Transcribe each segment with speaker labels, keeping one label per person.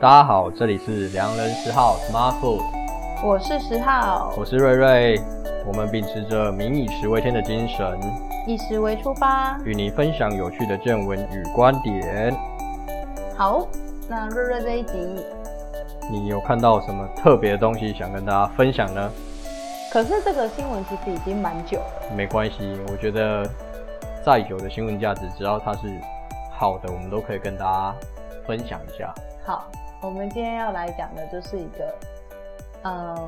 Speaker 1: 大家好，这里是良人十号 Smart Food，
Speaker 2: 我是十号，
Speaker 1: 我是瑞瑞。我们秉持着“民以食为天”的精神，
Speaker 2: 以食为出发。
Speaker 1: 与您分享有趣的见闻与观点。
Speaker 2: 好，那瑞瑞这一集，
Speaker 1: 你有看到什么特别的东西想跟大家分享呢？
Speaker 2: 可是这个新闻其实已经蛮久了，
Speaker 1: 没关系，我觉得再久的新闻价值，只要它是好的，我们都可以跟大家分享一下。
Speaker 2: 好，我们今天要来讲的就是一个，呃，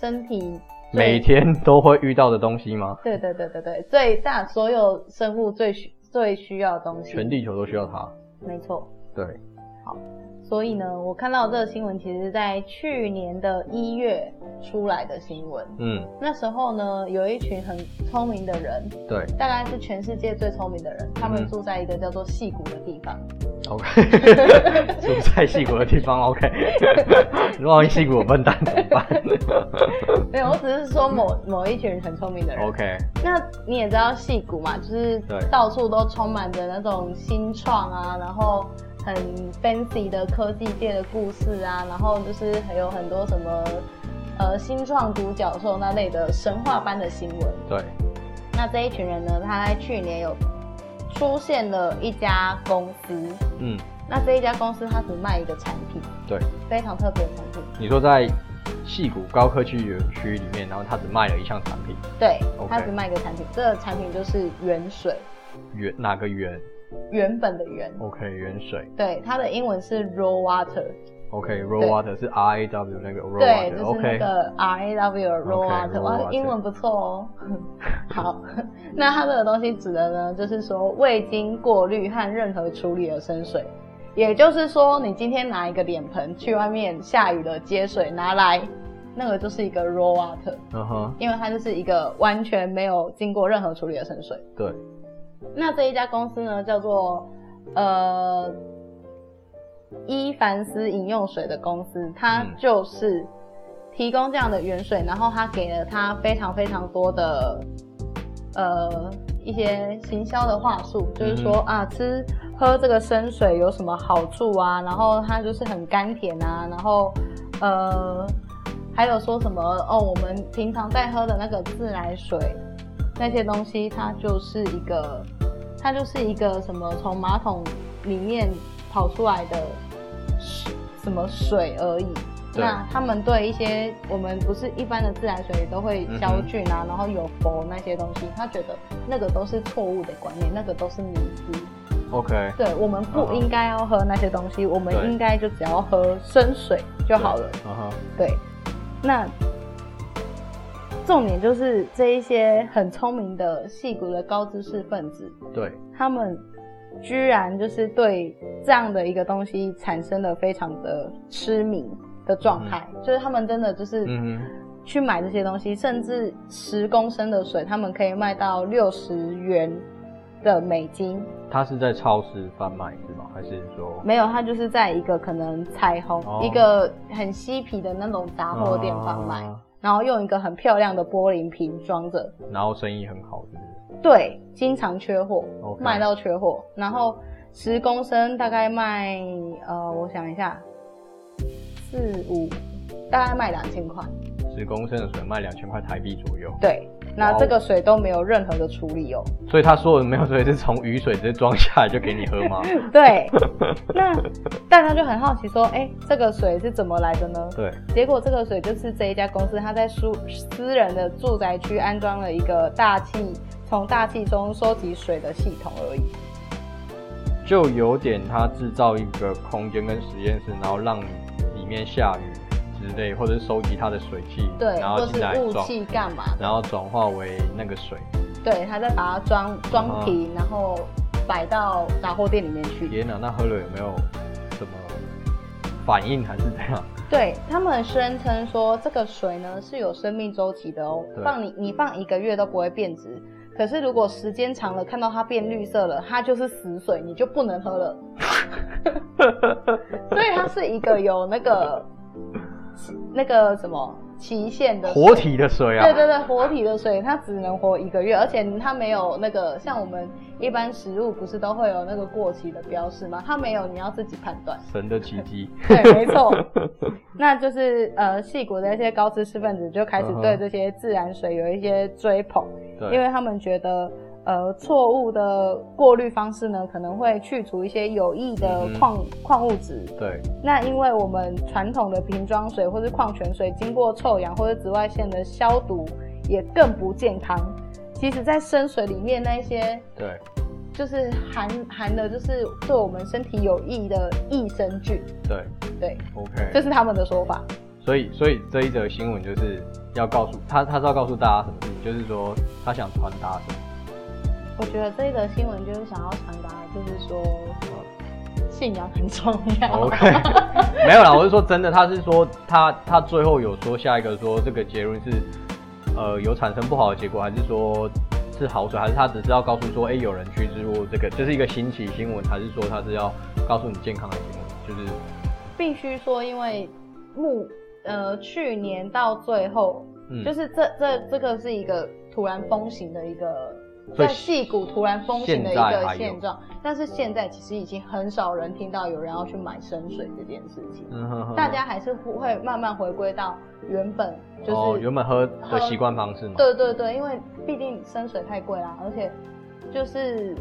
Speaker 2: 身体最
Speaker 1: 每天都会遇到的东西吗？
Speaker 2: 对对对对对最大所有生物最需最需要的东西，
Speaker 1: 全地球都需要它。
Speaker 2: 没错。
Speaker 1: 对，
Speaker 2: 所以呢，我看到这个新闻，其实在去年的一月出来的新闻。
Speaker 1: 嗯，
Speaker 2: 那时候呢，有一群很聪明的人，
Speaker 1: 对
Speaker 2: 大概是全世界最聪明的人，他
Speaker 1: 嗯
Speaker 2: 们住在一个叫做戏谷的地方。
Speaker 1: ，OK，住在戏骨的地方，OK。如果万一戏骨有笨蛋怎么办
Speaker 2: 没有，我只是说某某一群很聪明的人。
Speaker 1: 嗯？OK，
Speaker 2: 那你也知道戏谷嘛，就是
Speaker 1: 对
Speaker 2: 到处都充满着那种新创啊，然后很 fancy 的科技界的故事啊，然后就是还有很多什么呃新创独角兽那类的神话般的新闻。
Speaker 1: 对，
Speaker 2: 那这一群人呢，他在去年有出现了一家公司，
Speaker 1: 嗯，
Speaker 2: 那这一家公司它只卖一个产品，
Speaker 1: 对。
Speaker 2: 非常特别的产品。
Speaker 1: 你说在戏骨高科技园区里面，然后它只卖了一项产品，
Speaker 2: 对
Speaker 1: OK
Speaker 2: 它只卖一个产品，这个产品就是原水，
Speaker 1: 原哪个原
Speaker 2: 原本的原。
Speaker 1: ？OK，原水。
Speaker 2: 对，它的英文是 raw water，
Speaker 1: OK，raw
Speaker 2: 对
Speaker 1: water 是 R A W 那个 raw
Speaker 2: 对，
Speaker 1: water。
Speaker 2: 就是那
Speaker 1: OK，
Speaker 2: 个 R A W raw
Speaker 1: OK，raw
Speaker 2: water，哇
Speaker 1: water，
Speaker 2: 英文不错哦。 好，那它这个东西指的呢，就是说未经过滤和任何处理的生水，也就是说，你今天拿一个脸盆去外面下雨了接水拿来，那个就是一个 raw water，
Speaker 1: 嗯哼，
Speaker 2: 因为它就是一个完全没有经过任何处理的生水。
Speaker 1: 对，
Speaker 2: 那这一家公司呢，叫做呃伊凡斯饮用水的公司，它
Speaker 1: 嗯
Speaker 2: 就是提供这样的原水，然后它给了它非常非常多的呃一些行销的话术，就是说、啊吃喝这个生水有什么好处啊，然后它就是很甘甜啊，然后呃。还有说什么哦？我们平常在喝的那个自来水，那些东西，它就是一个，它就是一个什么从马桶里面跑出来的水什么水而已。
Speaker 1: 对
Speaker 2: 那他们对一些我们不是一般的自来水都会消
Speaker 1: 嗯
Speaker 2: 菌啊，然后有氟那些东西，他觉得那个都是错误的观念，那个都是迷思。
Speaker 1: ，OK，
Speaker 2: 对我们
Speaker 1: 嗯
Speaker 2: 不
Speaker 1: 哼
Speaker 2: 应该要喝那些东西，我们
Speaker 1: 对
Speaker 2: 应该就只要喝生水 就好了。
Speaker 1: 嗯哼，
Speaker 2: 对，那重点就是这一些很聪明的戏骨的高知识分子，
Speaker 1: 对，
Speaker 2: 他们居然就是对这样的一个东西产生了非常的痴迷的状态，就是他们真的就是
Speaker 1: 嗯哼，
Speaker 2: 去买这些东西，甚至十公升的水，他们可以卖到六十元的美金。
Speaker 1: 它是在超市贩卖是吗？还是说
Speaker 2: 没有，它就是在一个可能彩虹、
Speaker 1: 哦
Speaker 2: 一个很嬉皮的那种杂货店贩卖。
Speaker 1: 啊
Speaker 2: 然后用一个很漂亮的玻璃瓶装着。
Speaker 1: 然后生意很好，是不是？
Speaker 2: 对，经常缺货
Speaker 1: OK
Speaker 2: 卖到缺货。然后十公升大概卖呃，我想一下，四五，大概卖两千块。
Speaker 1: 十公升的水卖两千块台币左右，
Speaker 2: 对，那
Speaker 1: 哇哦
Speaker 2: 这个水都没有任何的处理哦。
Speaker 1: 所以他说的没有水是从雨水直接装下来就给你喝吗？
Speaker 2: 对，那大家就很好奇说，哎，这个水是怎么来的呢？
Speaker 1: 对，
Speaker 2: 结果这个水就是这一家公司，它在私私人的住宅区安装了一个大气从大气中收集水的系统而已。
Speaker 1: 就有点他制造一个空间跟实验室，然后让你里面下雨之类，或者是收集它的水汽，
Speaker 2: 对，
Speaker 1: 然
Speaker 2: 或
Speaker 1: 后进
Speaker 2: 是
Speaker 1: 来
Speaker 2: 雾
Speaker 1: 装，
Speaker 2: 气干嘛？
Speaker 1: 然后转化为那个水。
Speaker 2: 对，他再把它装
Speaker 1: 嗯
Speaker 2: 装瓶，然后摆到杂货店里面去。
Speaker 1: 天哪，那喝了有没有什么反应还是怎样？
Speaker 2: 对他们宣称说，这个水呢是有生命周期的哦，
Speaker 1: 对
Speaker 2: 放你你放一个月都不会变质。可是如果时间长了，看到它变绿色了，它就是死水，你就不能喝了。 所以它是一个有那个那个什么期限的水
Speaker 1: 活体的水啊，
Speaker 2: 对对对，活体的水它只能活一个月，而且它没有那个像我们一般食物不是都会有那个过期的标示吗？它没有，你要自己判 断。
Speaker 1: 神的奇迹，
Speaker 2: 对，没错。那就是呃，戏骨的一些高知识分子就开始
Speaker 1: 嗯哼
Speaker 2: 对这些自然水有一些追捧，
Speaker 1: 对，
Speaker 2: 因为他们觉得呃错误的过滤方式呢，可能会去除一些有益的
Speaker 1: 嗯哼
Speaker 2: 矿、矿物质，
Speaker 1: 对
Speaker 2: 那因为我们传统的瓶装水或是矿泉水，经过臭氧或者紫外线的消毒，也更不健康。其实，在生水里面那一些
Speaker 1: 对，
Speaker 2: 就是含含的，就是对我们身体有益的益生菌，
Speaker 1: 对
Speaker 2: 对，
Speaker 1: ，OK，
Speaker 2: 这是他们的说法。
Speaker 1: 所以所以这一则新闻就是要告诉他，他是要告诉大家什么事情，就是说他想传达什 么，
Speaker 2: 我觉得这个新闻就是想要传达，就是说呃信仰很重要。
Speaker 1: 哦 OK，没 有啦，我是说真的，他是说他他最后有说下一个说这个结论是，呃，有产生不好的结果，还是说是好水，还是他只是要告诉说，哎、有人趋之若鹜这个这是一个新奇新闻，还是说他是要告诉你健康的新闻？就是
Speaker 2: 必须说，因为目呃去年到最后，
Speaker 1: 嗯
Speaker 2: 就是这这这个是一个突然风行的一个，
Speaker 1: 所以
Speaker 2: 在戏骨突然风行的一
Speaker 1: 现在
Speaker 2: 个
Speaker 1: 还有
Speaker 2: 现状。但是现在其实已经很少人听到有人要去买生水这件事情，
Speaker 1: 嗯哼哼
Speaker 2: 大家还是会慢慢回归到原本就是、
Speaker 1: 哦原本喝的习惯方式嘛，
Speaker 2: 对对对，因为毕竟生水太贵啦，而且就是。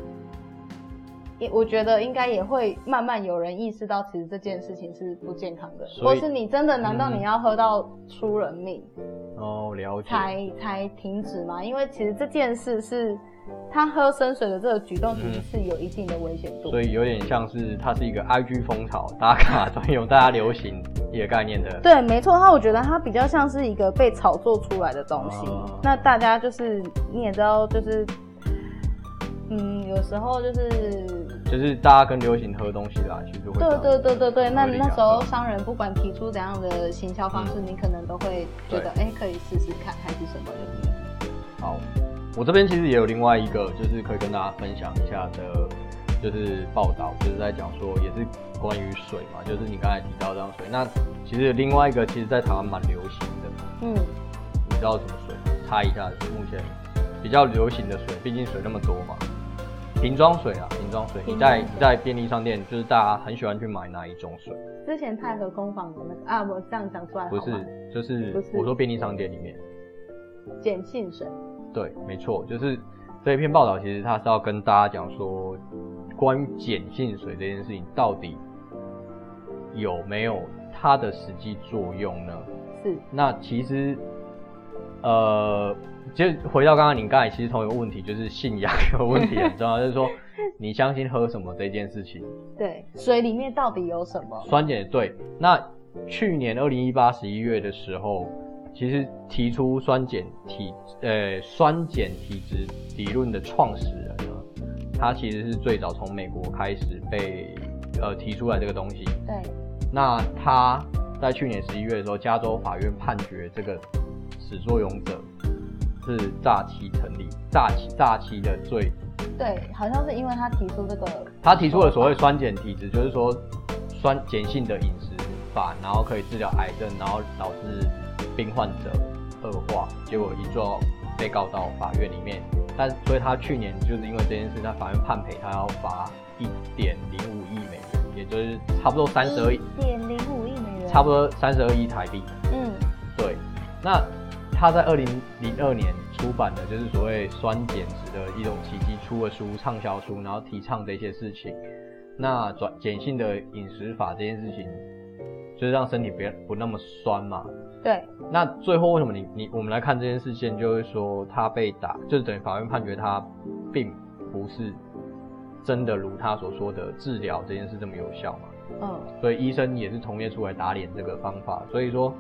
Speaker 2: 也我觉得应该也会慢慢有人意识到，其实这件事情是不健康的，
Speaker 1: 所
Speaker 2: 或
Speaker 1: 以
Speaker 2: 是你真的难道
Speaker 1: 嗯
Speaker 2: 你要喝到出人命？
Speaker 1: 哦了解，
Speaker 2: 才才停止嘛，因为其实这件事是他喝生水的这个举动，其实
Speaker 1: 嗯
Speaker 2: 是有一定的危险度。
Speaker 1: 所以有点像是它是一个 IG 风潮打卡专有大家流行一个概念的，
Speaker 2: 对，没错，他我觉得他比较像是一个被炒作出来的东西。
Speaker 1: 哦
Speaker 2: 那大家就是你也知道，就是嗯，有时候就是
Speaker 1: 就是大家跟流行喝东西啦，其实会这
Speaker 2: 对
Speaker 1: 样
Speaker 2: 对对对对，那
Speaker 1: 合理啊
Speaker 2: 那时候商人不管提出怎样的行销方式，
Speaker 1: 嗯
Speaker 2: 你可能都会觉得哎、可以试试看还是什么的。
Speaker 1: 好，我这边其实也有另外一个，就是可以跟大家分享一下的，就是报道，就是在讲说也是关于水嘛，就是你刚才提到这样水。那其实有另外一个，其实在台湾蛮流行的，
Speaker 2: 嗯，
Speaker 1: 你知道什么水吗？猜一下，目前比较流行的水，毕竟水那么多嘛。瓶装水啊，瓶装水，你在
Speaker 2: 瓶装水
Speaker 1: 你在便利商店，就是大家很喜欢去买哪一种水？
Speaker 2: 之前太和工坊的那个啊，我这样讲出来好
Speaker 1: 不
Speaker 2: 吗？
Speaker 1: 是，就是
Speaker 2: 不是
Speaker 1: 我说便利商店里面，
Speaker 2: 碱性水。
Speaker 1: 对，没错，就是这一篇报道，其实它是要跟大家讲说，关于碱性水这件事情到底有没有它的实际作用呢？
Speaker 2: 是，
Speaker 1: 那其实，呃，就回到刚刚你刚才其实同一个问题，就是信仰的问题很重要，就是说你相信喝什么这件事情。
Speaker 2: 对，水里面到底有什么？
Speaker 1: 酸碱对。那去年二零一八十一月的时候，其实提出酸碱体呃酸碱体质理论的创始人呢，他其实是最早从美国开始被呃提出来这个东西。
Speaker 2: 对，
Speaker 1: 那他在去年十一月的时候，加州法院判决这个始作俑者是诈欺成立，诈欺诈欺的罪
Speaker 2: 对，好像是因为他提出这个，
Speaker 1: 他提出了所谓酸碱体质，就是说酸碱性的饮食法，然后可以治疗癌症，然后导致病患者恶化，结果一做被告到法院里面。但所以他去年就是因为这件事，他法院判赔他要罚一点零五亿美元，也就是差不多三十二亿，
Speaker 2: 点零五亿美元，
Speaker 1: 差
Speaker 2: 不
Speaker 1: 不多三十二亿台币。
Speaker 2: 多，嗯，
Speaker 1: 对，那他在二零零二年出版的就是所谓酸碱值的一种奇迹出的书，畅销书，然后提倡这些事情。那转碱性的饮食法这件事情，就是让身体不要不那么酸嘛。
Speaker 2: 对，
Speaker 1: 那最后为什么你你我们来看这件事件，就是说他被打，就是等于法院判决他并不是真的如他所说的治疗这件事这么有效嘛？
Speaker 2: 嗯，
Speaker 1: 所以医生也是同业出来打脸这个方法。所以说，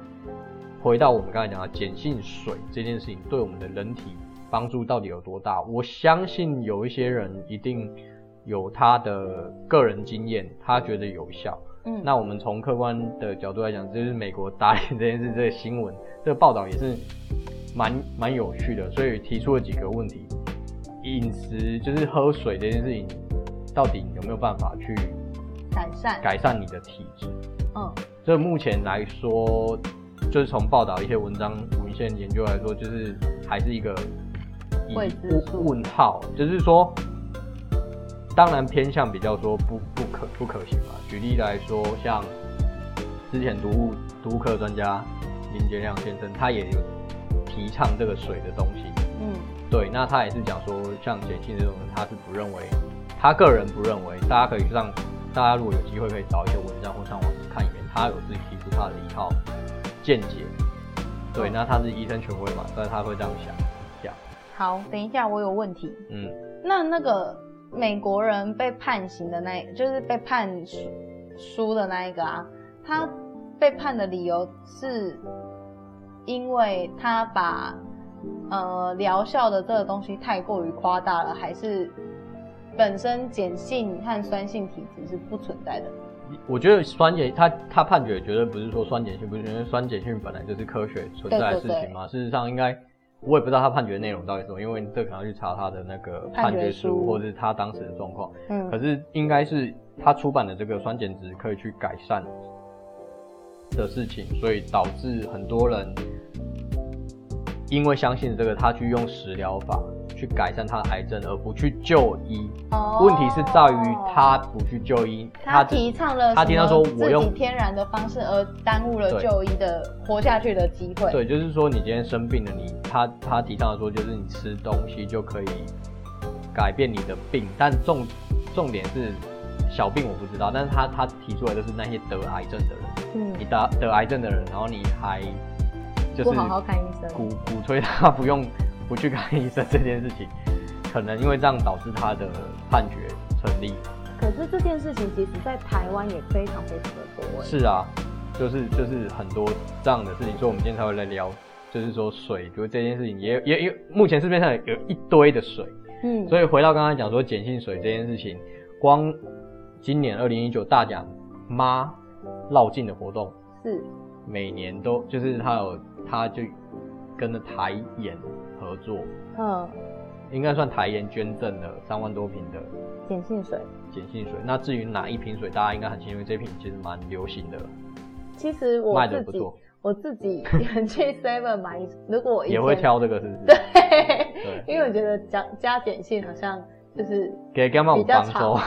Speaker 1: 回到我们刚才讲的碱性水这件事情，对我们的人体帮助到底有多大？我相信有一些人一定有他的个人经验，他觉得有效。
Speaker 2: 嗯，
Speaker 1: 那我们从客观的角度来讲，就是美国打脸这件事，这个新闻，这个报道也是蛮蛮有趣的，所以提出了几个问题：饮食就是喝水这件事情，到底有没有办法去
Speaker 2: 改善，
Speaker 1: 改善你的体质？
Speaker 2: 嗯，
Speaker 1: 这目前来说，就是从报道一些文章、文献研究来说，就是还是一个疑
Speaker 2: 未知
Speaker 1: 问
Speaker 2: 数
Speaker 1: 问号，就是说，当然偏向比较说不不可不可行吧。举例来说，像之前毒物毒物科专家林杰亮先生，他也有提倡这个水的东西，
Speaker 2: 嗯
Speaker 1: 对，那他也是讲说，像碱性这种，他是不认为，他个人不认为，大家可以上，大家如果有机会可以找一些文章或上网看一遍，他有自己提出他的一套见解。对，那他是医生权威嘛，所以他会这样想。
Speaker 2: 好，等一下我有问题。
Speaker 1: 嗯，
Speaker 2: 那那个美国人被判刑的那，就是被判输输的那一个啊，他被判的理由是因为他把呃疗效的这个东西太过于夸大了，还是本身碱性和酸性体质是不存在的？
Speaker 1: 我觉得酸碱，他他判决绝对不是说酸碱性不是，因为酸碱性本来就是科学存在的事
Speaker 2: 对对对
Speaker 1: 情嘛。事实上，应该我也不知道他判决内容到底是什么，因为这可能要去查他的那个
Speaker 2: 判
Speaker 1: 判
Speaker 2: 决
Speaker 1: 决
Speaker 2: 书
Speaker 1: 书，或者是他当时的状况。可
Speaker 2: 嗯，
Speaker 1: 是应该是他出版的这个酸碱值可以去改善的事情，所以导致很多人因为相信这个，他去用食疗法去改善他的癌症，而不去就医。
Speaker 2: 哦
Speaker 1: 问题是在于他不去就医，
Speaker 2: 他
Speaker 1: 只
Speaker 2: 提倡了
Speaker 1: 他提倡说
Speaker 2: 什么
Speaker 1: 我
Speaker 2: 自己
Speaker 1: 用
Speaker 2: 天然的方式，而耽误了
Speaker 1: 对
Speaker 2: 就医的活下去的机会。
Speaker 1: 对，就是说你今天生病了，你他他提倡的说就是你吃东西就可以改变你的病，但重重点是小病我不知道，但是他他提出来就是那些得癌症的人。
Speaker 2: 嗯
Speaker 1: 你得得癌症的人，然后你还就是
Speaker 2: 不好好看医生。
Speaker 1: 鼓鼓吹他不用不去看医生这件事情，可能因为这样导致他的判决成立。
Speaker 3: 可是这件事情其实在台湾也非常非常的
Speaker 2: 欸
Speaker 3: 多哎。
Speaker 1: 是啊，就是就是很多这样的事情，所以我们今天才会来聊，就是说水，就是这件事情也也也目前市面上有一堆的水，
Speaker 2: 嗯，
Speaker 1: 所以回到刚才讲说碱性水这件事情，光今年二零一九大奖妈绕境的活动。
Speaker 2: 是
Speaker 1: 每年都就是他有他就跟着台演合作，
Speaker 2: 嗯，
Speaker 1: 应该算台演捐赠了三万多瓶的
Speaker 2: 碱性水。
Speaker 1: 碱性水。那至于哪一瓶水，大家应该很清楚，这瓶其实蛮流行的，
Speaker 2: 其实我
Speaker 1: 卖的
Speaker 2: 自
Speaker 1: 不
Speaker 2: 己
Speaker 1: 错，
Speaker 2: 我自己 去 Seven 买一，如果我以前
Speaker 1: 也会， 挑这个是不是？
Speaker 2: 对
Speaker 1: 对，
Speaker 2: 因为我觉得加加碱性好像就是
Speaker 1: 给 Gamma
Speaker 2: 比
Speaker 1: 有
Speaker 2: 较
Speaker 1: 帮
Speaker 2: 长
Speaker 1: 州，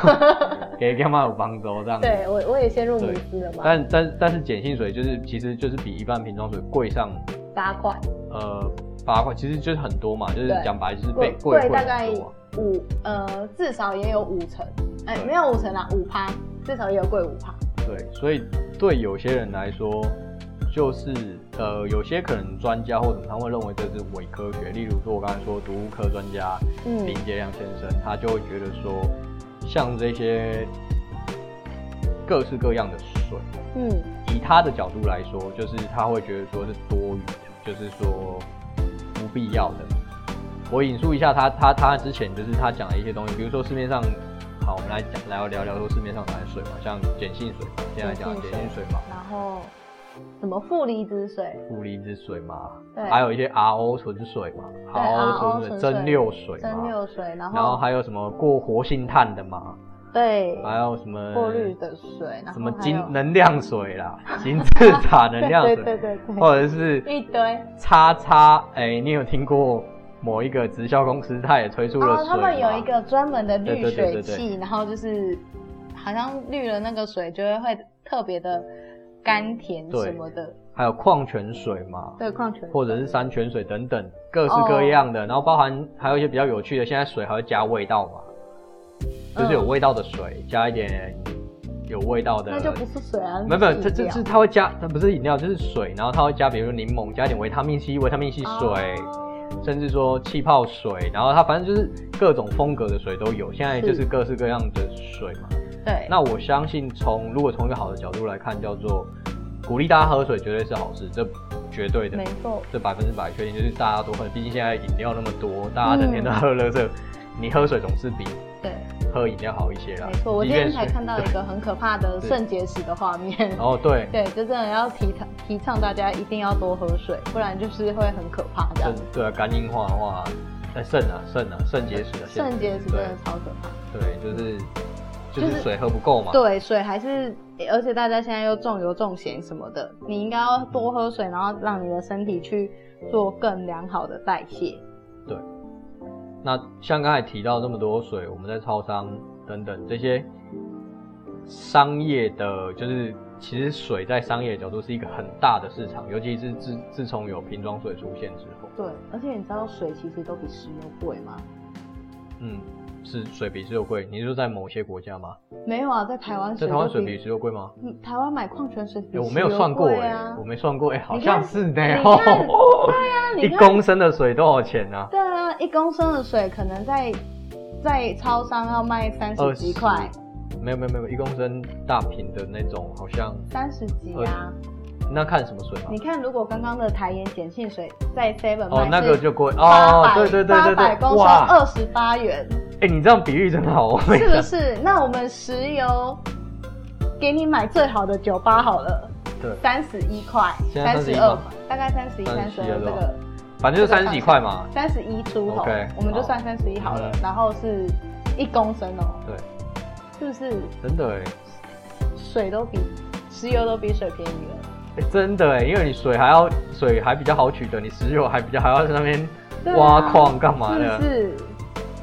Speaker 1: 给 Gamma 有帮州这样子。
Speaker 2: 对我我也陷入迷思了嘛，
Speaker 1: 但但但是碱性水就是其实就是比一般瓶装水贵上
Speaker 2: 八块
Speaker 1: 呃八块，其实就是很多嘛，就是
Speaker 2: 对
Speaker 1: 讲白就是被贵
Speaker 2: 贵
Speaker 1: 贵
Speaker 2: 贵大概
Speaker 1: 很多啊
Speaker 2: 五呃至少也有五成，哎、
Speaker 1: 对
Speaker 2: 没有五成啦，五趴至少也有贵五趴，
Speaker 1: 对，所以对有些人来说，就是呃，有些可能专家或者他会认为这是伪科学，例如说我刚才说毒物科专家
Speaker 2: 嗯
Speaker 1: 林杰亮先生，他就会觉得说，像这些各式各样的水，
Speaker 2: 嗯
Speaker 1: 以他的角度来说，就是他会觉得说是多余的，就是说不必要的。我引述一下他他他之前就是他讲的一些东西，比如说市面上，好，我们来讲来聊聊说市面上哪些水嘛，像碱性水，现在讲碱
Speaker 2: 碱性水
Speaker 1: 性水嘛，
Speaker 2: 然后什么负离子水，
Speaker 1: 负离子水嘛，
Speaker 2: 对
Speaker 1: 还有一些 RO 纯水嘛，RO
Speaker 2: 纯
Speaker 1: 纯水、
Speaker 2: 水
Speaker 1: 蒸馏水
Speaker 2: 蒸
Speaker 1: 嘛，
Speaker 2: 馏水，然后
Speaker 1: 然后还有什么过活性炭的嘛，
Speaker 2: 对
Speaker 1: 还有什么
Speaker 2: 过滤的水，然后
Speaker 1: 什么
Speaker 2: 还
Speaker 1: 金
Speaker 2: 有
Speaker 1: 能量水啦，金字塔能量
Speaker 2: 对
Speaker 1: 水，哦
Speaker 2: 对对对，
Speaker 1: 或者是
Speaker 2: 一堆。
Speaker 1: 叉叉，哎，你有听过某一个直销公司，它也推出了
Speaker 2: 哦，
Speaker 1: 水、
Speaker 2: 他们有一，个专门的
Speaker 1: 对对
Speaker 2: 滤
Speaker 1: 对
Speaker 2: 水
Speaker 1: 对对
Speaker 2: 器，然后就是好像滤了那个水就会会特别的甘甜
Speaker 1: 对
Speaker 2: 什么的，
Speaker 1: 还有矿泉水嘛，
Speaker 2: 对矿泉
Speaker 1: 或者是山泉水等等，各式各样
Speaker 2: 哦
Speaker 1: 的。然后包含还有一些比较有趣的，现在水还会加味道嘛，
Speaker 2: 嗯
Speaker 1: 就是有味道的水，加一点有味道的。
Speaker 2: 那就不是水啊，
Speaker 1: 没有没有，这
Speaker 2: 是饮
Speaker 1: 这
Speaker 2: 料
Speaker 1: 这它会加，它不是饮料，就是水，然后它会加，比如说柠檬，加一点维他命 C，维他命 C 水，
Speaker 2: 哦
Speaker 1: 甚至说气泡水，然后它反正就是各种风格的水都有，现在就是是各式各样的水嘛。
Speaker 2: 对，
Speaker 1: 那我相信从如果从一个好的角度来看，叫做鼓励大家喝水绝对是好事，这绝对的
Speaker 2: 没，错，
Speaker 1: 这百分之百确定，就是大家都喝。毕竟现在饮料那么多，大家整
Speaker 2: 嗯
Speaker 1: 天都喝 热色，你喝水总是比
Speaker 2: 对，
Speaker 1: 喝饮料好一些啦。
Speaker 2: 没错。我
Speaker 1: 即
Speaker 2: 今天
Speaker 1: 便
Speaker 2: 才
Speaker 1: 啊是
Speaker 2: 看到一个很可怕的
Speaker 1: 对
Speaker 2: 肾结石的画面。
Speaker 1: 哦，对，
Speaker 2: 对，就真的要提倡提倡大家一定要多喝水，不然就是会很可怕这样
Speaker 1: 肾。对啊，肝硬化的哎话，呃，肾啊肾啊肾结石的
Speaker 2: 肾结石真
Speaker 1: 对
Speaker 2: 的超可怕。嗯
Speaker 1: 对，就是就是水喝不够嘛。
Speaker 2: 对，水还是，而且大家现在又重油重咸什么的，你应该要多喝水，然后让你的身体去做更良好的代谢。
Speaker 1: 那像刚才提到这么多水，我们在超商等等这些商业的，就是其实水在商业的角度是一个很大的市场，尤其是自自从有瓶装水出现之后，
Speaker 3: 对，而且你知道水其实都比石油贵吗？
Speaker 1: 嗯，是水比石油贵。你是说在某些国家吗？
Speaker 2: 没有啊，在台湾
Speaker 1: 在
Speaker 2: 水
Speaker 1: 台湾
Speaker 2: 都
Speaker 1: 水比石油贵吗？
Speaker 2: 嗯台湾买矿泉水比
Speaker 1: 欸我
Speaker 2: 石
Speaker 1: 没有
Speaker 2: 油
Speaker 1: 算过
Speaker 2: 贵
Speaker 1: 哎、
Speaker 2: 啊
Speaker 1: 我没算过哎、好
Speaker 2: 你
Speaker 1: 像
Speaker 2: 看
Speaker 1: 是 呢、
Speaker 2: 你看
Speaker 1: 哦
Speaker 2: 对啊，你
Speaker 1: 一
Speaker 2: 看
Speaker 1: 公升的水多少钱呢、啊？
Speaker 2: 对啊，一公升的水可能在在超商要卖三十几
Speaker 1: 20
Speaker 2: 块，
Speaker 1: 没有没有没有，一公升大瓶的那种好像，
Speaker 2: 三十几啊。
Speaker 1: 那看什么水嘛
Speaker 2: 你？看，如果刚刚的台盐碱性水在 Seven
Speaker 1: 哦，那个就贵哦
Speaker 2: 八，百
Speaker 1: 对对对
Speaker 2: 八
Speaker 1: 对
Speaker 2: 百
Speaker 1: 对，
Speaker 2: 公升
Speaker 1: 哇，
Speaker 2: 二十八元，
Speaker 1: 哎、你这样比喻真好，我没
Speaker 2: 是不
Speaker 1: 想
Speaker 2: 是？那我们石油给你买最好的酒吧好了，
Speaker 1: 对，
Speaker 2: 三十一块，
Speaker 1: 现在31
Speaker 2: 二
Speaker 1: 吗，
Speaker 2: 大概三十一、三十
Speaker 1: 32
Speaker 2: 二这个。
Speaker 1: 反正就三十几块嘛，
Speaker 2: 三十一出头
Speaker 1: OK，
Speaker 2: 我们就算三十一好了。
Speaker 1: 嗯
Speaker 2: 然后是一公升哦，
Speaker 1: 对，
Speaker 2: 是不是
Speaker 1: 真的哎、
Speaker 2: 水都比石油都比水便宜了？
Speaker 1: 哎真的哎、因为你水还要水还比较好取得，你石油还比较还要在那边
Speaker 2: 对啊
Speaker 1: 挖矿干嘛
Speaker 2: 是
Speaker 1: 的？
Speaker 2: 不是？
Speaker 1: 真的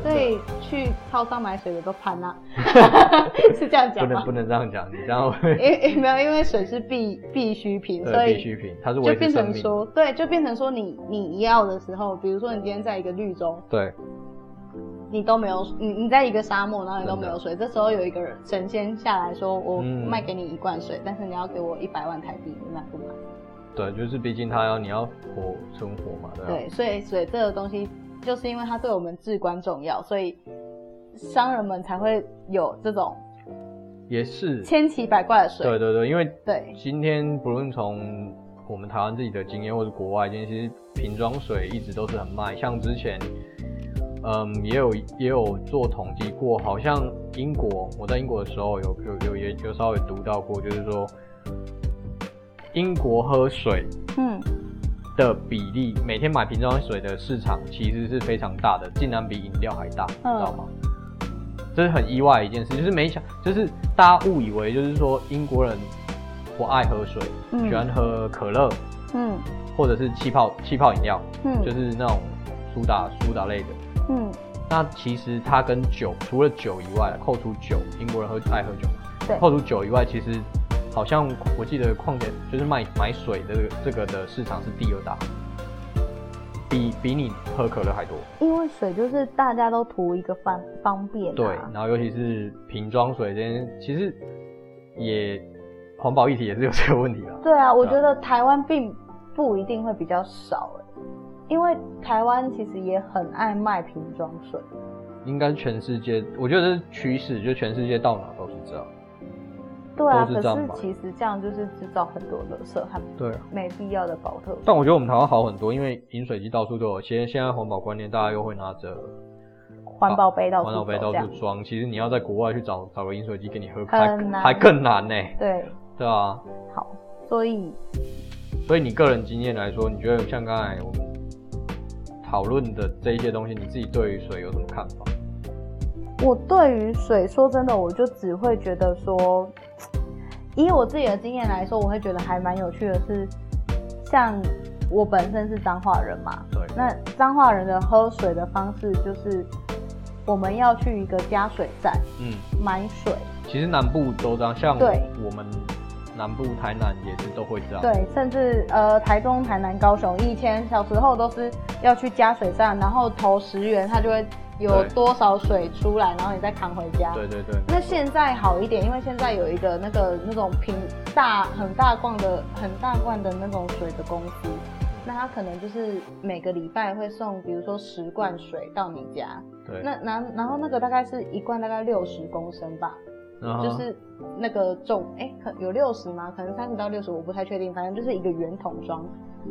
Speaker 2: 所以去超商买水的都攀啦、 是这样
Speaker 1: 不
Speaker 2: 讲
Speaker 1: 能
Speaker 2: 吗
Speaker 1: 不？能这样讲，你这样会
Speaker 2: 因为没有，因为水是必必需品， 所
Speaker 1: 对必
Speaker 2: 以
Speaker 1: 需品，它是
Speaker 2: 就
Speaker 1: 维持
Speaker 2: 变
Speaker 1: 生
Speaker 2: 成
Speaker 1: 命。
Speaker 2: 说，对，就变成说你你要的时候，比如说你今天在一个绿洲，
Speaker 1: 对，
Speaker 2: 你都没有，你你在一个沙漠，然后你都
Speaker 1: 真的
Speaker 2: 没有水。这时候有一个人神仙下来说：“我
Speaker 1: 嗯
Speaker 2: 卖给你一罐水，但是你要给我一百万台币，你买不买
Speaker 1: 对，就是毕竟他要你要活生活嘛，？”对吧、啊
Speaker 2: 对，所以水这个东西，就是因为它对我们至关重要，所以商人们才会有这种
Speaker 1: 也是，
Speaker 2: 千奇百怪的水。
Speaker 1: 对对对，因为
Speaker 2: 对
Speaker 1: 今天不论从我们台湾自己的经验，或是国外经验，其实瓶装水一直都是很卖。像之前，嗯，也有也有做统计过，好像英国，我在英国的时候有有有也有稍微读到过，就是说英国喝水
Speaker 2: 嗯，
Speaker 1: 的比例，每天买瓶装水的市场其实是非常大的，竟然比饮料还大，你
Speaker 2: 嗯
Speaker 1: 知道吗？这是很意外的一件事，就是没想，就是大家误以为就是说英国人不爱喝水，
Speaker 2: 嗯
Speaker 1: 喜欢喝可乐
Speaker 2: 嗯
Speaker 1: 或者是气泡气泡饮料，
Speaker 2: 嗯
Speaker 1: 就是那种苏打苏打类的。
Speaker 2: 嗯，
Speaker 1: 那其实它跟酒，除了酒以外，扣除酒，英国人喝爱喝酒
Speaker 2: 对，
Speaker 1: 扣除酒以外，其实好像我记得矿泉就是卖买水的这个这个的市场是第二大，比比你喝可乐还多。
Speaker 2: 因为水就是大家都图一个方方便、啊
Speaker 1: 对，啊然后尤其是瓶装水这件，其实也环保议题也是有这个问题啦。
Speaker 2: 对啊，我
Speaker 1: 对
Speaker 2: 觉
Speaker 1: 啊
Speaker 2: 得台湾并不一定会比较少哎，因为台湾其实也很爱卖瓶装水。
Speaker 1: 应该全世界，我觉得这是趋势，就全世界到哪都是这样。
Speaker 2: 对啊，
Speaker 1: 都
Speaker 2: 可
Speaker 1: 是这样
Speaker 2: 是
Speaker 1: 吧
Speaker 2: 其实这样就是制造很多垃圾，还
Speaker 1: 对啊。
Speaker 2: 没必要的保特瓶。
Speaker 1: 但我觉得我们台湾好很多，因为饮水机到处都有。其实现在环保观念，大家又会拿着
Speaker 2: 环保杯到处
Speaker 1: 啊环保
Speaker 2: 走
Speaker 1: 杯到
Speaker 2: 这样
Speaker 1: 处。装。其实你要在国外去找找个饮水机给你喝，
Speaker 2: 很
Speaker 1: 还
Speaker 2: 难
Speaker 1: 还更难呢、
Speaker 2: 对，
Speaker 1: 对啊。
Speaker 2: 好，所以
Speaker 1: 所以你个人经验来说，你觉得像刚才我们讨论的这一些东西，你自己对于水有什么看法？
Speaker 2: 我对于水，说真的，我就只会觉得说，以我自己的经验来说，我会觉得还蛮有趣的是，像我本身是彰化人嘛，
Speaker 1: 对，
Speaker 2: 那彰化人的喝水的方式就是，我们要去一个加水站
Speaker 1: 嗯，
Speaker 2: 买水，
Speaker 1: 其实南部都这样，像
Speaker 2: 对
Speaker 1: 我们南部台南也是都会这样。
Speaker 2: 对，甚至呃台中、台南、高雄，以前小时候都是要去加水站，然后投十元，它就会有
Speaker 1: 对
Speaker 2: 多少水出来，然后你再扛回家。
Speaker 1: 对对对，
Speaker 2: 那现在好一点，因为现在有一个那个那种瓶大很大罐的很大罐的那种水的公司，那它可能就是每个礼拜会送，比如说十罐水到你家，
Speaker 1: 对，
Speaker 2: 那然然后那个大概是一罐大概六十公升吧，
Speaker 1: 然后
Speaker 2: 就是那个重，哎、可有六十吗？可能三十到六十，我不太确定，反正就是一个圆筒装，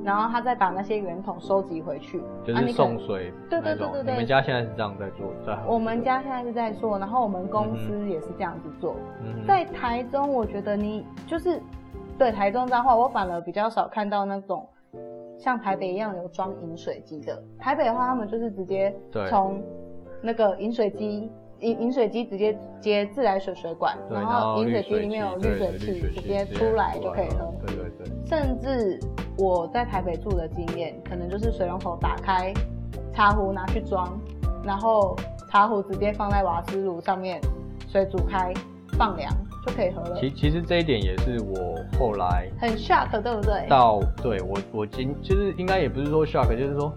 Speaker 2: 然后他再把那些圆筒收集回去。
Speaker 1: 就
Speaker 2: 啊你
Speaker 1: 是
Speaker 2: 可
Speaker 1: 送水
Speaker 2: 对
Speaker 1: 那
Speaker 2: 对对
Speaker 1: 种。
Speaker 2: 对
Speaker 1: 你
Speaker 2: 对
Speaker 1: 们家现在是这样在做，在喝
Speaker 2: 我们家现在是在做，然后我们公
Speaker 1: 嗯
Speaker 2: 司也是这样子做。
Speaker 1: 嗯哼
Speaker 2: 在台中，我觉得你就是对台中彰化，我反而比较少看到那种像台北一样有装饮水机的。台北的话，他们就是直接
Speaker 1: 对
Speaker 2: 从那个饮水机饮饮水机直接接自来水水管，
Speaker 1: 对，
Speaker 2: 然
Speaker 1: 然
Speaker 2: 后
Speaker 1: 后
Speaker 2: 饮水
Speaker 1: 滤
Speaker 2: 机里面有
Speaker 1: 对对
Speaker 2: 滤水
Speaker 1: 滤
Speaker 2: 器，
Speaker 1: 水
Speaker 2: 直
Speaker 1: 器
Speaker 2: 接出来就可以喝。
Speaker 1: 对对对，
Speaker 2: 甚至我在台北住的经验，可能就是水龙头打开，茶壶拿去装，然后茶壶直接放在瓦斯炉上面，水煮开放凉就可以喝了，
Speaker 1: 其其实这一点也是我后来
Speaker 2: 很 shock 对不对？
Speaker 1: 到对我我今就是应该也不是说 shock，就是说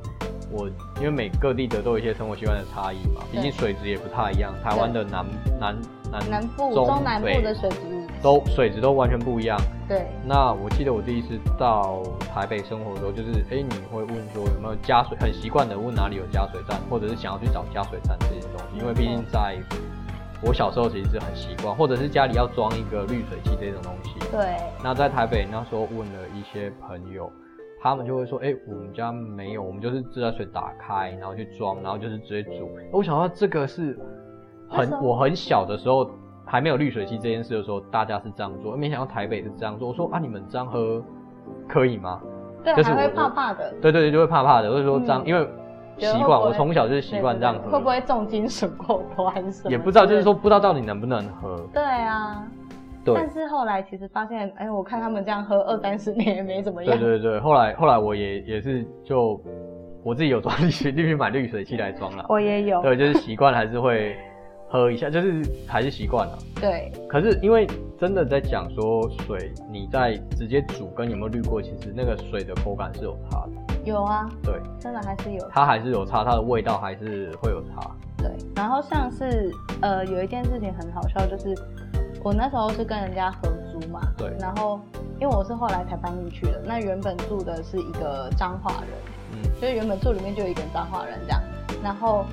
Speaker 1: 我因为每各地的都有一些生活习惯的差异嘛，毕
Speaker 2: 对
Speaker 1: 竟水质也不太一样，台湾的南南南
Speaker 2: 南部、
Speaker 1: 中
Speaker 2: 中南部
Speaker 1: 北
Speaker 2: 的水质
Speaker 1: 都水质都完全不一样。
Speaker 2: 对
Speaker 1: 那我记得我第一次到台北生活的时候，就是哎、诶你会问说有没有加水，很习惯的问哪里有加水站，或者是想要去找加水站这些东西，因为毕竟在我小时候其实是很习惯，或者是家里要装一个滤水器这种东西。
Speaker 2: 对
Speaker 1: 那在台北那时候问了一些朋友，他们就会说，哎、我们家没有，我们就是自来水打开，然后去装，然后就是直接煮。我想到这个是很
Speaker 2: 那时候
Speaker 1: 我很小的时候还没有滤水器这件事的时候，大家是这样做，没想到台北是这样做。我说啊，你们这样喝可以吗？
Speaker 2: 对，
Speaker 1: 就是
Speaker 2: 还会
Speaker 1: 我
Speaker 2: 怕怕的，
Speaker 1: 对对对，就会怕怕的，或者说这样，
Speaker 2: 嗯
Speaker 1: 因为
Speaker 2: 觉
Speaker 1: 习
Speaker 2: 得会不
Speaker 1: 惯，
Speaker 2: 会
Speaker 1: 我从小就是习惯
Speaker 2: 对对
Speaker 1: 这样
Speaker 2: 对
Speaker 1: 喝，
Speaker 2: 会不会重金属过多还是什么？
Speaker 1: 也不知道，就是说不知道到底能不能喝。
Speaker 2: 对啊。
Speaker 1: 对，
Speaker 2: 但是后来其实发现，哎、我看他们这样喝二三十年也没怎么样。
Speaker 1: 对对对，后来后来我也也是就我自己有装滤水，进去 买滤水器来装了。
Speaker 2: 我也有。
Speaker 1: 对，就是习惯还是会喝一下，就是还是习惯了。
Speaker 2: 对
Speaker 1: 可是因为真的在讲说水，你在直接煮跟有没有滤过，其实那个水的口感是有差的。
Speaker 2: 有啊，
Speaker 1: 对，
Speaker 2: 真的还是有。
Speaker 1: 它还是有差，它的味道还是会有差。
Speaker 2: 对，然后像是呃，有一件事情很好笑，就是我那时候是跟人家合租嘛，
Speaker 1: 对
Speaker 2: 然后因为我是后来才搬进去的，那原本住的是一个彰化人，
Speaker 1: 嗯，
Speaker 2: 就是原本住里面就有一个彰化人这样，然后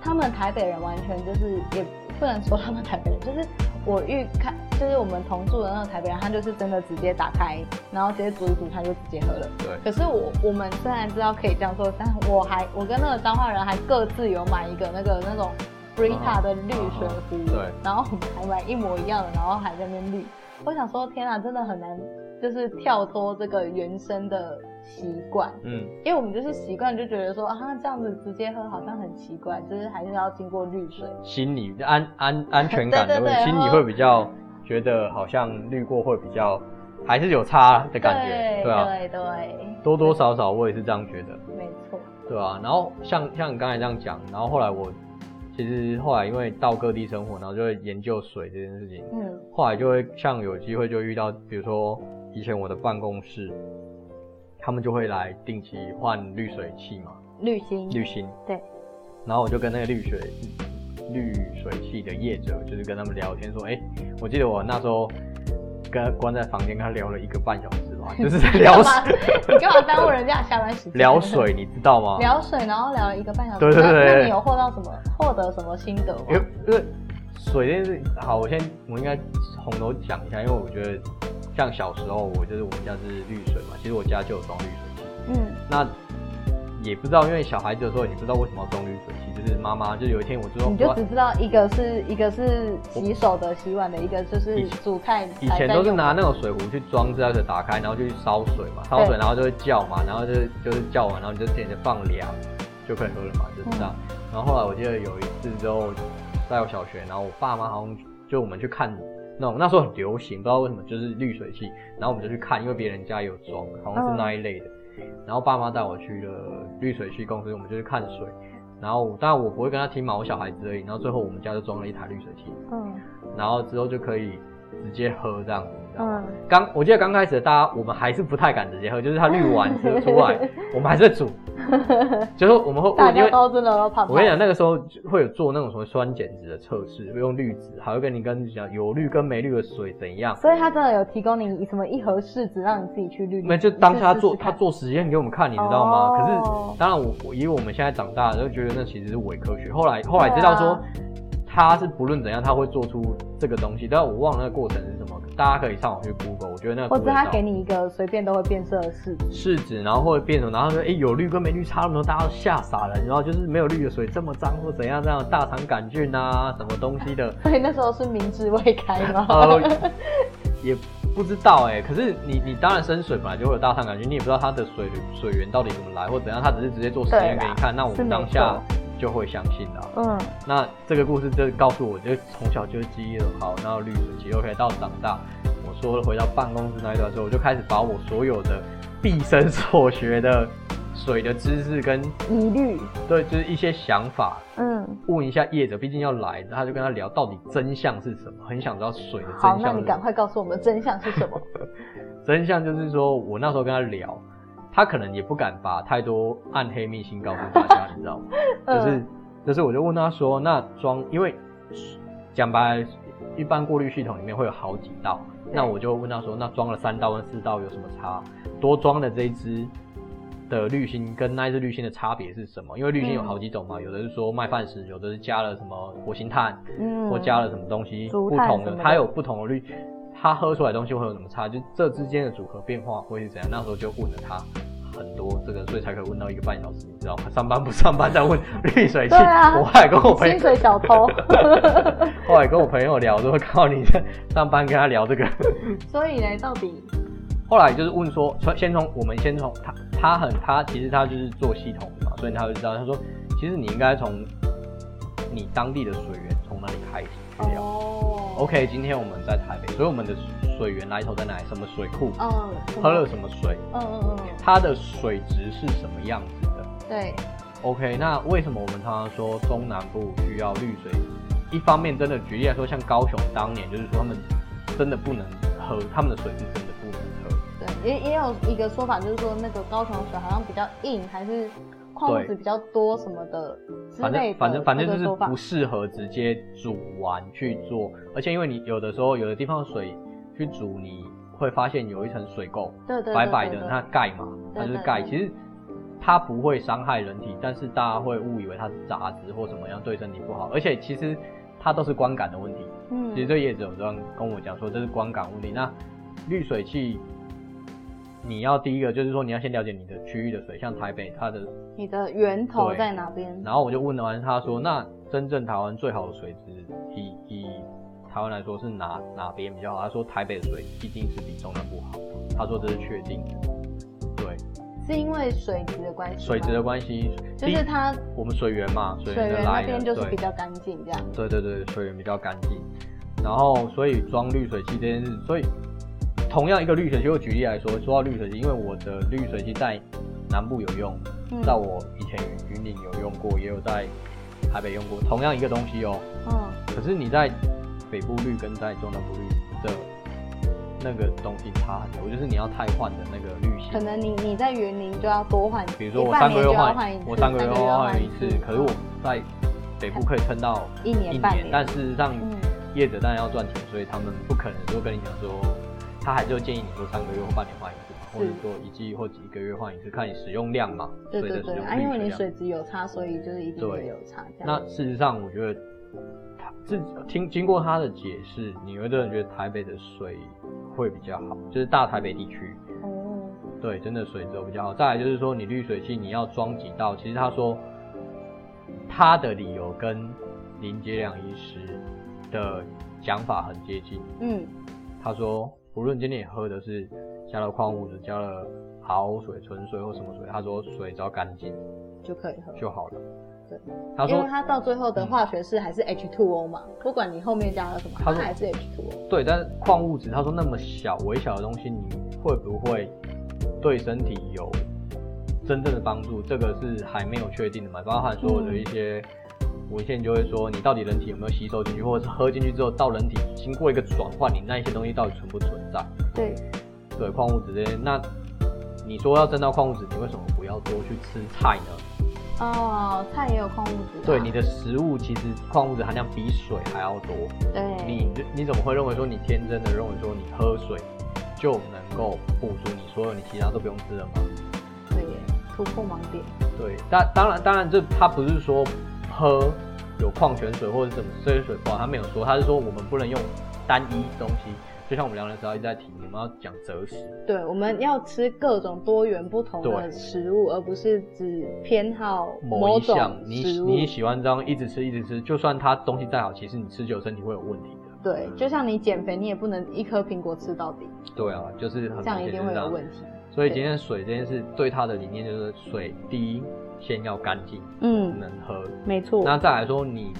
Speaker 2: 他们台北人完全就是也不能说他们台北人，就是我遇看就是我们同住的那个台北人，他就是真的直接打开，然后直接煮一煮，他就直接喝了。
Speaker 1: 对，
Speaker 2: 可是我我们虽然知道可以这样做，但我还我跟那个彰化人还各自有买一个那个那种 Brita 的滤水壶，
Speaker 1: 嗯对
Speaker 2: 然后我们还买一模一样的，然后还在那边滤。我想说，天啊，真的很难，就是跳脱这个原生的习惯，
Speaker 1: 嗯，
Speaker 2: 因为我们就是习惯就觉得说啊，这样子直接喝好像很奇怪，就是还是要经过滤水。
Speaker 1: 心理安安安全感的
Speaker 2: 对对
Speaker 1: 问题，
Speaker 2: 对哦
Speaker 1: 心里
Speaker 2: 然后
Speaker 1: 会比较觉得好像滤过会比较还是有差的感觉，
Speaker 2: 对
Speaker 1: 对啊，
Speaker 2: 对对，
Speaker 1: 多多少少我也是这样觉得。
Speaker 2: 没错，
Speaker 1: 对啊，然后像像你刚才这样讲，然后后来我其实后来因为到各地生活，然后就会研究水这件事情，
Speaker 2: 嗯，
Speaker 1: 后来就会像有机会就遇到，比如说以前我的办公室，他们就会来定期换滤水器嘛，
Speaker 2: 滤芯，
Speaker 1: 滤芯，
Speaker 2: 对，
Speaker 1: 然后我就跟那个滤水滤水器的业者，就是跟他们聊天说，哎、我记得我那时候跟关在房间跟他聊了一个半小时吧，就是在聊
Speaker 2: 干嘛
Speaker 1: 水
Speaker 2: 你干嘛耽误人家下班时间？
Speaker 1: 聊水，你知道吗？
Speaker 2: 聊水，然后聊了一个半小时。
Speaker 1: 对对对
Speaker 2: 那那
Speaker 1: 对
Speaker 2: 你有获到什么？获得什么心得吗
Speaker 1: 因为因为水这件事，好，我先我应该从头讲一下，因为我觉得像小时候，我就是我们家是滤水嘛，其实我家就有装滤水器，
Speaker 2: 嗯，
Speaker 1: 那也不知道，因为小孩子的时候，你不知道为什么要装滤水器，就是妈妈，就是有一天我知道
Speaker 2: 你就只知道一个是一个是洗手的、洗碗的，一个就是煮菜
Speaker 1: 以
Speaker 2: 才
Speaker 1: 前
Speaker 2: 呃在
Speaker 1: 都是
Speaker 2: 用
Speaker 1: 拿那种水壶去装自来水，打开然后就去烧水嘛，烧水
Speaker 2: 对
Speaker 1: 然后就会叫嘛，然后就就是叫完，然后你就点着放凉就可以喝了嘛，就是这样。
Speaker 2: 嗯
Speaker 1: 然后后来我记得有一次之后，在我小学，然后我爸妈好像就我们去看那种那时候很流行，不知道为什么就是滤水器，然后我们就去看，因为别人家也有装，好像
Speaker 2: 嗯
Speaker 1: 是那一类的。然后爸妈带我去了滤水器公司，我们就去看水。然后我当然我不会跟他听嘛，我小孩子而已。然后最后我们家就装了一台滤水器，
Speaker 3: 嗯
Speaker 1: 然后之后就可以直接喝这样子，你知道吗？
Speaker 3: 嗯，
Speaker 1: 刚我记得刚开始大家我们还是不太敢直接喝，就是它滤完之后出 来，我们还是会煮，就是 我们会
Speaker 2: 大
Speaker 1: 因
Speaker 2: 家
Speaker 1: 为
Speaker 2: 都真的都怕怕。
Speaker 1: 我跟你讲，那个时候就会有做那种什么酸碱值的测试，会用滤纸，还会跟你跟你讲有滤跟没滤的水怎样。
Speaker 3: 所以他真的有提供你什么一盒柿子让你自己去滤滤，
Speaker 1: 没就当下
Speaker 3: 你去试试
Speaker 1: 做
Speaker 3: 看
Speaker 1: 他做实验给我们看，你知道吗？
Speaker 3: 哦
Speaker 1: 可是当然我我以我们现在长大了就觉得那其实是伪科学。后来后来知道说、
Speaker 3: 对啊
Speaker 1: 他是不论怎样他会做出这个东西，但我忘了那个过程是什么，大家可以上网去 Google。我觉得那个
Speaker 3: 或者
Speaker 1: 过程
Speaker 3: 他给你一个随便都会变色的柿子，
Speaker 1: 试纸，然后或者变成，然后说，哎、有绿跟没绿差那么多，大家都吓傻了。然后就是没有绿的水这么脏，或怎样这样，大肠杆菌啊，什么东西的，
Speaker 2: 所以那时候是明智未开吗？
Speaker 1: 呃，也不知道哎、可是你你当然生水本来就会有大肠杆菌，你也不知道它的水水源到底怎么来或怎样，它只是直接做实验
Speaker 3: 对啦
Speaker 2: 啊
Speaker 1: 给你看。那我
Speaker 3: 是
Speaker 1: 们
Speaker 3: 没
Speaker 1: 当下就会相信了。
Speaker 3: 嗯
Speaker 1: 那这个故事就告诉我，就从小就是记忆很好，然后绿水期 OK 到长大，我说了回到办公室那一段之后，我就开始把我所有的毕生所学的水的知识跟
Speaker 3: 嗯疑虑，
Speaker 1: 对，就是一些想法，
Speaker 3: 嗯，
Speaker 1: 问一下业者，毕竟要来，他就跟他聊到底真相是什么，很想知道水的
Speaker 2: 好，
Speaker 1: 真
Speaker 2: 那
Speaker 1: 相
Speaker 2: 你
Speaker 1: 是什
Speaker 2: 赶
Speaker 1: 么。
Speaker 2: 快告诉我们真相是什么。
Speaker 1: 真相就是说我那时候跟他聊，他可能也不敢把太多暗黑秘辛告诉大家，你知道吗？ 就是
Speaker 2: 嗯，
Speaker 1: 就是我就问他说，那装因为讲白了，一般过滤系统里面会有好几道，那我就问他说，那装了三道跟四道有什么差？多装的这一支的滤芯跟那一支滤芯的差别是什么？因为滤芯有好几种嘛，有的是说麦饭石，有的是加了什么活性炭，
Speaker 3: 嗯
Speaker 1: 或加了什么东西，
Speaker 3: 竹
Speaker 1: 不
Speaker 3: 炭
Speaker 1: 同
Speaker 3: 什
Speaker 1: 的
Speaker 3: 么的
Speaker 1: 它有不同的滤。它喝出来的东西会有什么差？就这之间的组合变化会是怎样？那时候就问了他很多这个，所以才可以问到一个半小时，你知道吗？上班不上班再问滤水器，
Speaker 2: 对啊
Speaker 1: 我后来跟我朋友
Speaker 2: 薪，水小偷。
Speaker 1: 后来跟 我朋友聊说，靠你在上班跟他聊这个，
Speaker 2: 所以呢，到底
Speaker 1: 后来就是问说，从先从我们先从他，他很他其实他就是做系统的嘛，所以他就知道，他说其实你应该从你当地的水源从哪里开始去聊。
Speaker 2: 哦，
Speaker 1: OK，今天我们在台北，所以我们的水源来头在哪里？什么水库？
Speaker 3: 哦
Speaker 2: 嗯，
Speaker 1: 喝了什么水？
Speaker 2: 嗯嗯嗯，
Speaker 1: 它的水质是什么样子的？
Speaker 2: 对，
Speaker 1: OK，那为什么我们常常说中南部需要绿水？一方面，真的举例来说，像高雄当年就是说他们真的不能喝，他们的水是真的不能喝。
Speaker 2: 对，也也有一个说法，就是说那个高雄水好像比较硬，还是矿物质比较多什么的之
Speaker 1: 反
Speaker 2: 类
Speaker 1: 正
Speaker 2: 的，
Speaker 1: 反正反正就
Speaker 2: 这个说
Speaker 1: 是
Speaker 2: 法
Speaker 1: 不适合直接煮完去做，而且因为你有的时候有的地方的水去煮，你会发现有一层水垢，
Speaker 2: 对对
Speaker 1: 白白的，
Speaker 2: 对
Speaker 1: 它钙嘛，它就是钙。
Speaker 2: 对
Speaker 1: 其实它不会伤害人体，但是大家会误以为它是杂质或怎么样对身体不好，而且其实它都是观感的问题。其实
Speaker 2: 嗯，
Speaker 1: 这业者有这样跟我讲说，这是观感问题。那滤水器，你要第一个就是说你要先了解你的区域的水，像台北它的，
Speaker 2: 你的源头
Speaker 1: 对
Speaker 2: 在哪边？
Speaker 1: 然后我就问了完他说，那真正台湾最好的水质，以以台湾来说是哪哪边比较好？他说台北的水一定是比中南部好，他说这是确定的。对，
Speaker 2: 是因为水质的关系吗，
Speaker 1: 水质的关系，
Speaker 2: 就
Speaker 1: 第一
Speaker 2: 是它
Speaker 1: 我们水源嘛，水
Speaker 2: 水
Speaker 1: 源的
Speaker 2: 源
Speaker 1: 来
Speaker 2: 那
Speaker 1: 源
Speaker 2: 边就是
Speaker 1: 对
Speaker 2: 比较干净这样。
Speaker 1: 对对对，水源比较干净。然后，所以装滤水器这件事，所以同样一个滤水器，我举例来说，说到滤水器，因为我的滤水器在南部有用，
Speaker 2: 嗯
Speaker 1: 在我以前云云岭有用过，也有在台北用过，同样一个东西哦。
Speaker 2: 嗯，
Speaker 1: 可是你在北部滤跟在中南部滤的那个东西差很多，就是你要汰换的那个滤芯
Speaker 2: 可。能你你在园林就要多换，
Speaker 1: 比如说我
Speaker 2: 半
Speaker 1: 三个
Speaker 2: 年
Speaker 1: 月
Speaker 2: 就要
Speaker 1: 换
Speaker 2: 一次，
Speaker 1: 我三个月
Speaker 2: 就要
Speaker 1: 换一次，可是我在北部可以撑到
Speaker 2: 一
Speaker 1: 一
Speaker 2: 年半
Speaker 1: 年，但事实上
Speaker 2: 嗯
Speaker 1: 业者当然要赚钱，所以他们不可能说跟你讲说，他还是会建议你说三个月或半年换一次嘛，
Speaker 2: 是
Speaker 1: 或者说一季或几个月换一次，看你使用量嘛，
Speaker 2: 对
Speaker 1: 随
Speaker 2: 对
Speaker 1: 着使
Speaker 2: 对，
Speaker 1: 用
Speaker 2: 啊，
Speaker 1: 率
Speaker 2: 因为你
Speaker 1: 这样。
Speaker 2: 水质有差，所以就是一定会
Speaker 1: 对
Speaker 2: 有差这
Speaker 1: 那
Speaker 2: 样。
Speaker 1: 事实上，我觉得他自听经过他的解释，你会真的觉得台北的水会比较好，就是大台北地区。
Speaker 2: 哦，
Speaker 1: 对，真的水质比较好。再来就是说，你滤水器你要装几道？其实他说他的理由跟林杰良医师的讲法很接近。
Speaker 2: 嗯，
Speaker 1: 他说，无论今天你喝的是加了矿物质、加了好水、纯水或什么水，他说水只要干净
Speaker 2: 就可以喝。
Speaker 1: 就好了。
Speaker 2: 对，
Speaker 1: 他
Speaker 2: 因为
Speaker 1: 说嗯
Speaker 2: 它到最后的化学式还是 H2O 嘛，不管你后面加了什么，
Speaker 1: 他
Speaker 2: 它
Speaker 1: 说
Speaker 2: 还是 H2O。
Speaker 1: 对，但是矿物质他说那么小微小的东西，你会不会对身体有真正的帮助？这个是还没有确定的嘛，包含所有的一些文献就会说，你到底人体有没有吸收进去，或者是喝进去之后到人体经过一个转换，你那一些东西到底存不存在？
Speaker 2: 对，
Speaker 1: 对，矿物质这些，那你说要增到矿物质，你为什么不要多去吃菜呢？
Speaker 2: 哦，菜也有矿物质啊。
Speaker 1: 对，你的食物其实矿物质含量比水还要多。
Speaker 2: 对
Speaker 1: 你你怎么会认为说你天真的认为说你喝水就能够补足你所有你其他都不用吃了吗？
Speaker 2: 对耶突破盲点。
Speaker 1: 对，但当然当然这他不是说喝有矿泉水或者是什么这些水不好，他没有说，他是说我们不能用单一东西，就像我们聊的时候一直在提，我们要讲择食，
Speaker 2: 对，我们要吃各种多元不同的
Speaker 1: 对
Speaker 2: 食物，而不是只偏好
Speaker 1: 某一
Speaker 2: 种
Speaker 1: 项你
Speaker 2: 食物。
Speaker 1: 你喜欢这样一直吃一直吃，就算它东西再好，其实你吃久身体会有问题的。
Speaker 4: 对，就像你减肥，你也不能一颗苹果吃到底，
Speaker 1: 对啊，就是很
Speaker 4: 这样一定会有问
Speaker 1: 题。
Speaker 4: 题。
Speaker 1: 所以今天水这件事，对它的理念就是水，第一先要干净，
Speaker 4: 嗯，
Speaker 1: 能喝。
Speaker 4: 没错，
Speaker 1: 那再来说，你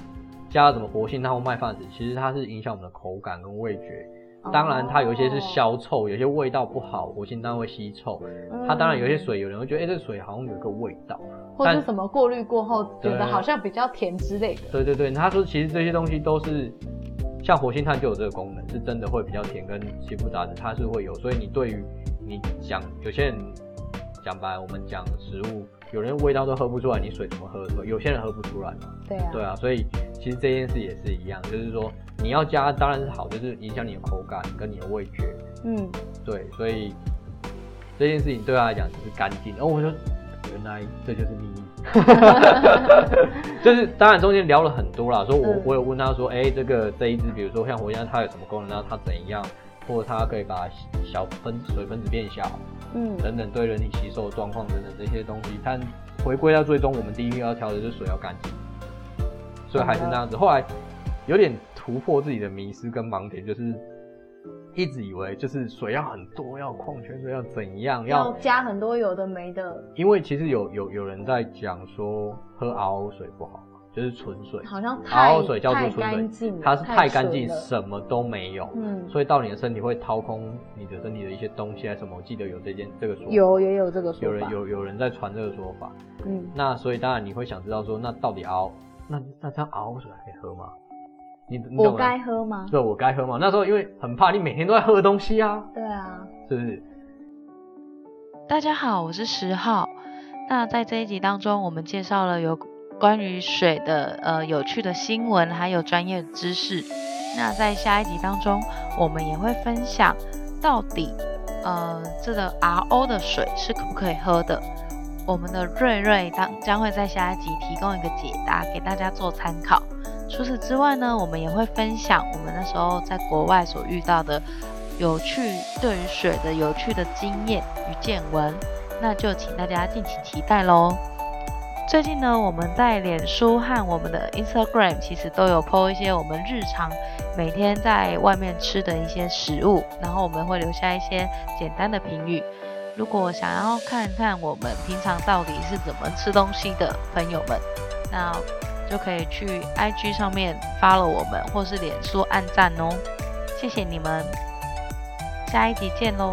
Speaker 1: 加了什么活性炭或麦饭子，其实它是影响我们的口感跟味觉。
Speaker 2: 哦
Speaker 1: 当然，它有一些是消臭，有些味道不好，活性炭会吸臭。
Speaker 4: 哦，
Speaker 1: 它当然有些
Speaker 4: 嗯，
Speaker 1: 水，有人会觉得，哎、这水好像有一个味道。
Speaker 4: 或是
Speaker 1: 但
Speaker 4: 什么过滤过后觉
Speaker 1: 对
Speaker 4: 得好像比较甜之类的。
Speaker 1: 对对对，他说其实这些东西都是像活性炭就有这个功能，是真的会比较甜，跟其复杂质它是会有。所以你对于你讲有些人讲白，我们讲食物，有人味道都喝不出来，你水怎么喝得出来？有些人喝不出来嘛，
Speaker 4: 对啊，
Speaker 1: 对啊。所以其实这件事也是一样，就是说你要加当然是好，就是影响你的口感跟你的味觉，
Speaker 4: 嗯，
Speaker 1: 对，所以这件事情对他来讲就是干净。然、后我就原来这就是秘密， 就是当然中间聊了很多啦，说我
Speaker 4: 嗯
Speaker 1: 我有问他说，哎、这个这一支，比如说像活像它有什么功能，然后它怎样，或者它可以把小分水分子变小，
Speaker 4: 嗯，
Speaker 1: 等等对人体吸收状况等等这些东西，但回归到最终，我们第一个要调的就是水要干净，所以还是那样子。后来有点突破自己的迷失跟盲点，就是一直以为就是水要很多，要矿泉水要怎样，
Speaker 4: 要
Speaker 1: 要
Speaker 4: 加很多有的没的，
Speaker 1: 因为其实有有有人在讲说喝 RO 水不好，就是纯水，
Speaker 4: 好像太
Speaker 1: RO 水叫做
Speaker 4: 太
Speaker 1: 纯水
Speaker 4: 干净了，
Speaker 1: 它是太干净，
Speaker 4: 嗯纯了
Speaker 1: 什么都没有。
Speaker 4: 嗯，
Speaker 1: 所以到你的身体会掏空你的身体的一些东西，还是啊什么？我记得有这件这个说法，
Speaker 4: 有也有这个说法，
Speaker 1: 有人有有人在传这个说法，
Speaker 4: 嗯，
Speaker 1: 那所以当然你会想知道说，那到底熬，那那这样熬水还可以喝吗？你你懂
Speaker 4: 我
Speaker 1: 吗
Speaker 4: 该喝吗？
Speaker 1: 对我该喝吗？那时候因为很怕你每天都在喝东西啊，
Speaker 4: 对啊，
Speaker 1: 是不是？
Speaker 2: 大家好，我是十号。那在这一集当中，我们介绍了有关于水的呃有趣的新闻，还有专业知识。那在下一集当中，我们也会分享到底呃这个 RO 的水是可不可以喝的。我们的瑞瑞当将会在下一集提供一个解答给大家做参考。除此之外呢，我们也会分享我们那时候在国外所遇到的有趣对于水的有趣的经验与见闻，那就请大家敬请期待喽。最近呢，我们在脸书和我们的 Instagram 其实都有 PO 一些我们日常每天在外面吃的一些食物，然后我们会留下一些简单的评语。如果想要看看我们平常到底是怎么吃东西的朋友们，那就可以去 IG 上面 follow 我们，或是脸书按赞哦。谢谢你们，下一集见喽。